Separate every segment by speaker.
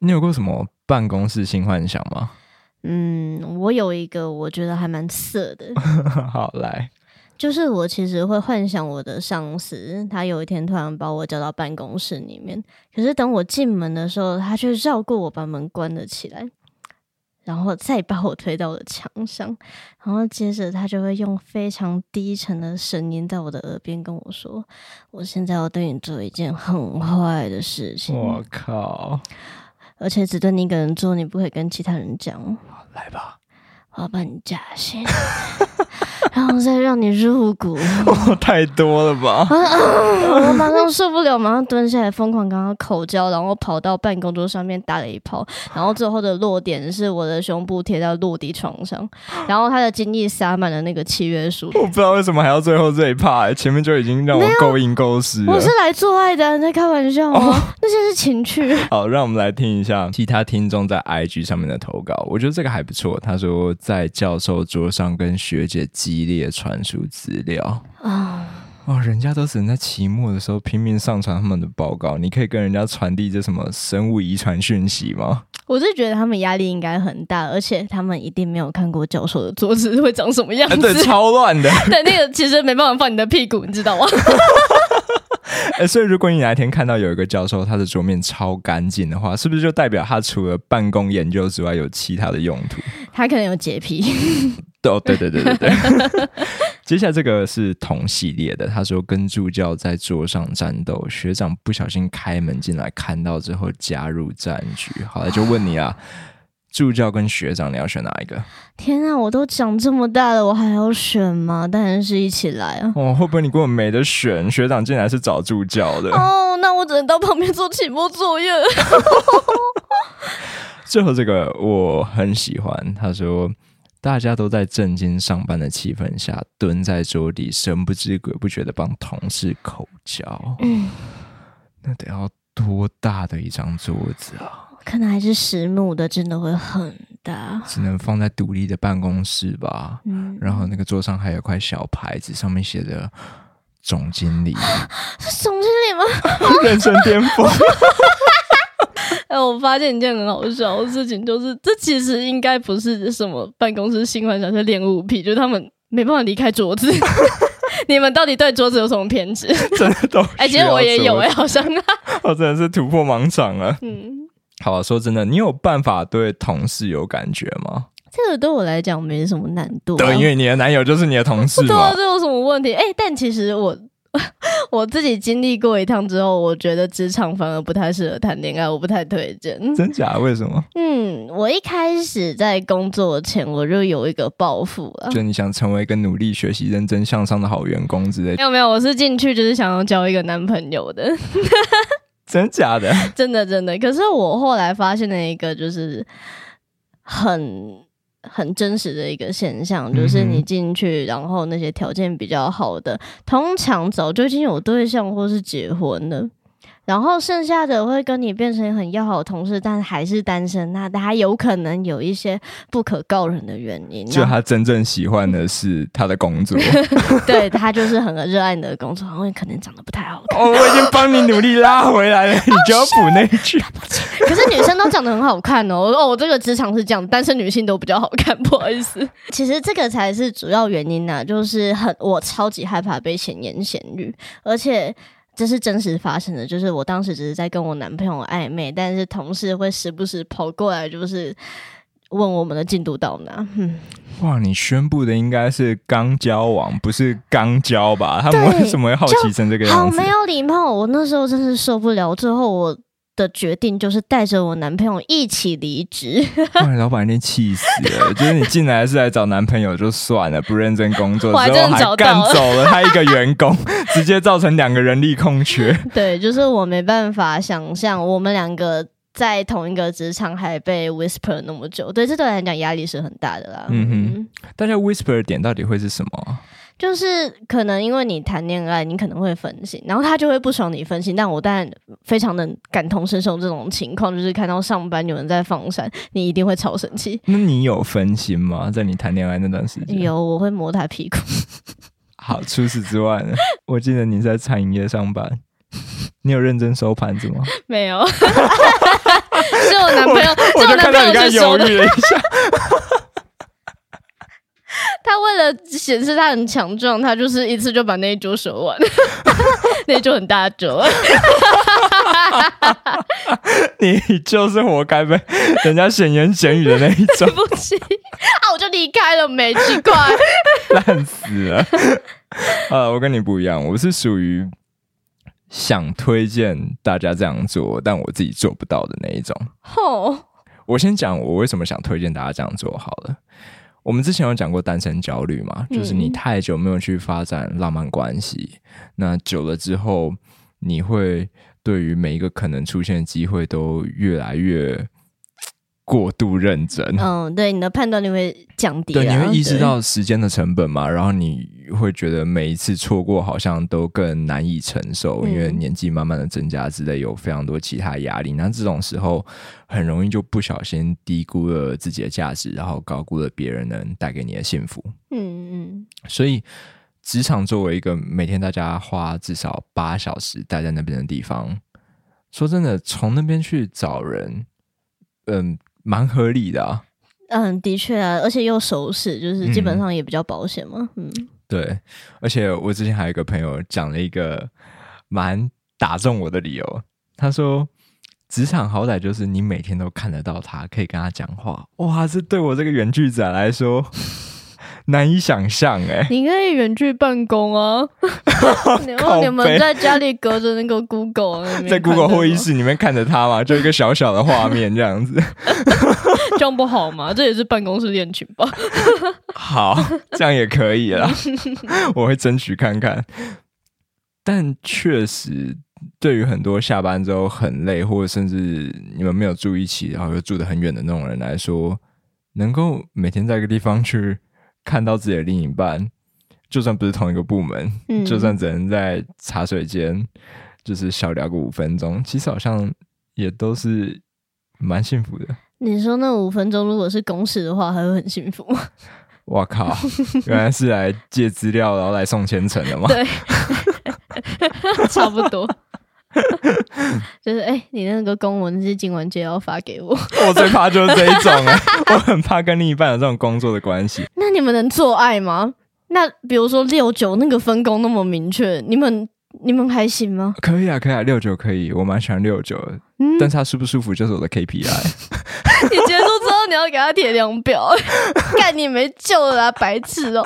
Speaker 1: 你有过什么办公室新幻想吗？
Speaker 2: 嗯，我有一个我觉得还蛮色的，
Speaker 1: 好，来，
Speaker 2: 就是我其实会幻想我的上司，他有一天突然把我叫到办公室里面，可是等我进门的时候，他却绕过我把门关了起来，然后再把我推到了墙上，然后接着他就会用非常低沉的声音在我的耳边跟我说：“我现在要对你做一件很坏的事情，
Speaker 1: 我靠，
Speaker 2: 而且只对你一个人做，你不可以跟其他人讲哦。”
Speaker 1: 来吧，
Speaker 2: 我要把你夹心， 然后再让你入骨。
Speaker 1: 太多了吧？
Speaker 2: 啊我马上受不了，马上蹲下来疯狂跟他口交，然后跑到办公桌上面打了一炮，然后最后的落点是我的胸部贴到落地床上，然后他的精液洒满了那个契约书。
Speaker 1: 我不知道为什么还要最后这一趴、欸，前面就已经让我够硬够湿了
Speaker 2: 我是。来做爱的，你在开玩笑吗？
Speaker 1: 哦
Speaker 2: 那些是情 趣。
Speaker 1: 好，让我们来听一下其他听众在 IG 上面的投稿，我觉得这个还不错。他说在教授桌上跟学姐激烈传输资料。
Speaker 2: 啊，
Speaker 1: 哦，人家都只能在期末的时候拼命上传他们的报告，你可以跟人家传递这什么生物遗传讯息吗？
Speaker 2: 我是觉得他们压力应该很大，而且他们一定没有看过教授的桌子会长什么样
Speaker 1: 啊、
Speaker 2: 子。
Speaker 1: 对，超乱的。
Speaker 2: 对，那个其实没办法放你的屁股，你知道吗？
Speaker 1: 哎、所以如果你哪一天看到有一个教授他的桌面超干净的话，是不是就代表他除了办公研究之外有其他的用途？
Speaker 2: 他可能有洁癖。
Speaker 1: 对哦，对对对对对。 接下来这个是同系列的，他说跟助教在桌上战斗，学长不小心开门进来，看到之后加入战局。好了，就问你啊，助教跟学长你要选哪一个？
Speaker 2: 天啊，我都长这么大了，我还要选吗？当然是一起来 啊！
Speaker 1: 哦，会不会你根本没得选？学长进来是找助教的。
Speaker 2: 哦，那我只能到旁边做期末作 业。
Speaker 1: 最后这个我很喜欢，他说。大家都在正经上班的气氛下，蹲在桌底，神不知鬼不觉的帮同事口交。
Speaker 2: 嗯
Speaker 1: 那得要多大的一张桌子啊？
Speaker 2: 可能还是实木的，真的会很大。
Speaker 1: 只能放在独立的办公室吧。
Speaker 2: 嗯，
Speaker 1: 然后那个桌上还有一块小牌子，上面写着“总经 理
Speaker 2: 是总经理吗？
Speaker 1: 人生巅峰
Speaker 2: 哎、我发现一件很好笑的事情，就是这其实应该不是什么办公室新幻想，是恋物癖，就是他们没办法离开桌 子。你们到底对桌子有什么偏执？”，
Speaker 1: 真的都
Speaker 2: 哎、
Speaker 1: 需
Speaker 2: 其实
Speaker 1: 要
Speaker 2: 我也有
Speaker 1: 桌
Speaker 2: 哎、
Speaker 1: 子
Speaker 2: 好像
Speaker 1: 我真的是突破盲场了。
Speaker 2: 嗯。
Speaker 1: 好、啊，说真的，你有办法对同事有感觉吗？
Speaker 2: 这个对我来讲没什么难度、啊，
Speaker 1: 对，因为你的男友就是你的同事
Speaker 2: 对啊
Speaker 1: 嘛，。
Speaker 2: 这有什么问题？哎、但其实我我自己经历过一趟之后，我觉得职场反而不太适合谈恋爱，我不太推荐。
Speaker 1: 真假？为什么？
Speaker 2: 嗯，我一开始在工作前我就有一个抱负了。
Speaker 1: 就你想成为一个努力学习、认真向上的好员工之类
Speaker 2: 没？有没有，我是进去就是想要交一个男朋友的，
Speaker 1: 真假 的？
Speaker 2: 真的真的。可是我后来发现了一个就是很很真实的一个现象，就是
Speaker 1: 嗯
Speaker 2: 你
Speaker 1: 哼
Speaker 2: 进去，然后那些条件比较好的，通常早就已经有对象或是结婚了。然后剩下的会跟你变成很要好的同事，但还是单身，那他有可能有一些不可告人的原因。
Speaker 1: 就
Speaker 2: 然后
Speaker 1: 他真正喜欢的是他的工 作。
Speaker 2: 对他就是很热爱你的工作，然后你可能长得不太好看，
Speaker 1: 哦，我已经帮你努力拉回 来了，你就要补那一
Speaker 2: 哦
Speaker 1: 句。
Speaker 2: 可是女生都长得很好看哦。哦，我这个职场是这样，单身女性都比较好看， 不好意思。其实这个才是主要原因呐、就是很我超级害怕被闲言闲语，而且。这是真实发生的，就是我当时只是在跟我男朋友暧昧，但是同事会时不时跑过来，就是问我们的进度到哪。嗯，
Speaker 1: 哇，你宣布的应该是刚交往，不是刚交吧？他们
Speaker 2: 对
Speaker 1: 为什么会好奇成这个
Speaker 2: 好
Speaker 1: 样子
Speaker 2: 没？有礼貌，我那时候真是受不了。最后我的决定就是带着我男朋友一起离职。
Speaker 1: 哇，你老板一定气死了！就是你进来是来找男朋友就算了，不认真工作
Speaker 2: 我还
Speaker 1: 之
Speaker 2: 真
Speaker 1: 后
Speaker 2: 的找
Speaker 1: 还
Speaker 2: 到
Speaker 1: 干
Speaker 2: 了
Speaker 1: 走了他一个员工， 直接造成两个人力空缺。
Speaker 2: 对，就是我没办法想象我们两个在同一个职场还被 whisper 那么久，对这对我来讲压力是很大的啦。
Speaker 1: 嗯哼，大家 whisper 的点到底会是什么啊？
Speaker 2: 就是可能因为你谈恋爱，你可能会分心，然后他就会不爽你分心。但我当然非常能感同身受这种情况，就是看到上班有人在放闪，你一定会超生气。
Speaker 1: 那你有分心吗？在你谈恋爱那段时间？。
Speaker 2: 有，我会摸他屁股。
Speaker 1: 好，除此之外呢？我记得你在餐饮业上班， 你有认真收盘 子吗？
Speaker 2: 没 有，是我男朋友，
Speaker 1: 我
Speaker 2: 是
Speaker 1: 就
Speaker 2: 男
Speaker 1: 看
Speaker 2: 朋
Speaker 1: 到
Speaker 2: 友
Speaker 1: 你刚
Speaker 2: 去收
Speaker 1: 犹
Speaker 2: 的。
Speaker 1: 豫了一下。
Speaker 2: 他为了显示他很强壮，他就是一次就把那一桌收完， 那一桌很大 桌。
Speaker 1: 你就是活该被 人家闲言闲语的那一种，
Speaker 2: 不行 啊，我就离开了，没奇 怪。
Speaker 1: 烂死 了。呃，我跟你不一样，我是属于想推荐大家这样做，但我自己做不到的那一种。
Speaker 2: 吼，
Speaker 1: 我先讲我为什么想推荐大家这样做好了。我们之前有讲过单身焦虑嘛，就是你太久没有去发展浪漫关系，那久了之后，你会对于每一个可能出现的机会都越来越过度认真。
Speaker 2: 嗯，对，你的判断力会降低啊，
Speaker 1: 对，你会意识
Speaker 2: 对
Speaker 1: 到时间的成本嘛，然后你会觉得每一次错过好像都更难以承受，因为
Speaker 2: 嗯
Speaker 1: 年纪慢慢的增加之类，有非常多其他压力。那这种时候，很容易就不小心低估了自己的价值，然后高估了别人能带给你的幸福。
Speaker 2: 嗯嗯
Speaker 1: 所以，职场作为一个每天大家花至少八小时待在那边的地方，说真的，从那边去找人，嗯，蛮合理的啊。
Speaker 2: 嗯，的确啊，而且又熟识，就是基
Speaker 1: 嗯
Speaker 2: 本上也比较保险嘛。嗯，
Speaker 1: 对，而且我之前还有一个朋友讲了一个蛮打中我的理由，他说。职场好歹就是你每天都看得到他，可以跟他讲话。哇，这对我这个远距仔来说难以想象 哎、
Speaker 2: 你可以远距办 公啊，然
Speaker 1: 靠
Speaker 2: 后你
Speaker 1: 北
Speaker 2: 们在家里隔着那个 Google，啊
Speaker 1: 在 Google 会议，室里面看着他嘛，就一个小小的画面这样子。
Speaker 2: 你们看得到这样不好吗？这也是办公室恋情吧？
Speaker 1: 好，这样也可以啦，我会争取看看。但确实，对于很多下班之后很累，或者甚至你们没有住一起，然后又住得很远的那种人来说，能够每天在一个地方去看到自己的另一半，就算不是同一个部门，
Speaker 2: 嗯
Speaker 1: 就算只能在茶水间就是小聊个五分钟，其实好像也都是蛮幸福的。
Speaker 2: 你说那五分钟如果是公事的话，还会很幸福吗？
Speaker 1: 我 靠，原来是来借资料，然后来送千层的吗？
Speaker 2: 对， 差不多。 就是哎、你那个公文是今晚就要发给 我，
Speaker 1: 我最怕就是这一种哎、 我很怕跟另一半有这种工作的关系。
Speaker 2: 那你们能做爱吗？那比如说六九那个分工那么明确，你们你们还行吗？
Speaker 1: 可以啊，可以啊，六九可以，我蛮喜欢六九的，
Speaker 2: 嗯，
Speaker 1: 但是他舒不舒服就是我的 KPI。
Speaker 2: 你结束之后你要给他贴量表， 看你没救了啊，白痴哦、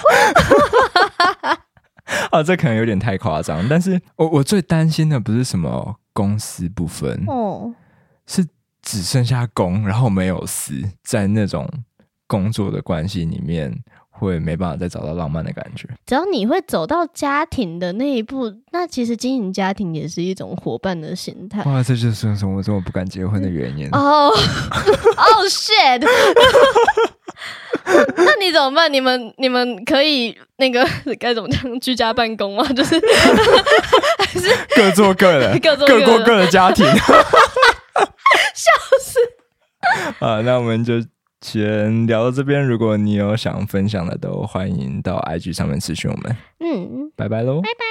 Speaker 1: 啊，这可能有点太夸张，但是我我最担心的不是什么公私不分，
Speaker 2: 哦，
Speaker 1: 是只剩下公，然后没有私，在那种工作的关系里面，会没办法再找到浪漫的感觉。
Speaker 2: 只要你会走到家庭的那一步，那其实经营家庭也是一种伙伴的心态。
Speaker 1: 哇，这就是为什么我这么不敢结婚的原因。
Speaker 2: 哦 哦 shit！那你怎么办？你们你们可以那个 该怎么讲？居家办公吗？就是
Speaker 1: 各做各的，
Speaker 2: 各做各的
Speaker 1: 过各的家庭， 笑死！啊，那我们就先聊到这边。如果你有想分享的，都欢迎到 IG 上面私讯我们。
Speaker 2: 嗯，
Speaker 1: 拜拜喽！
Speaker 3: 拜拜。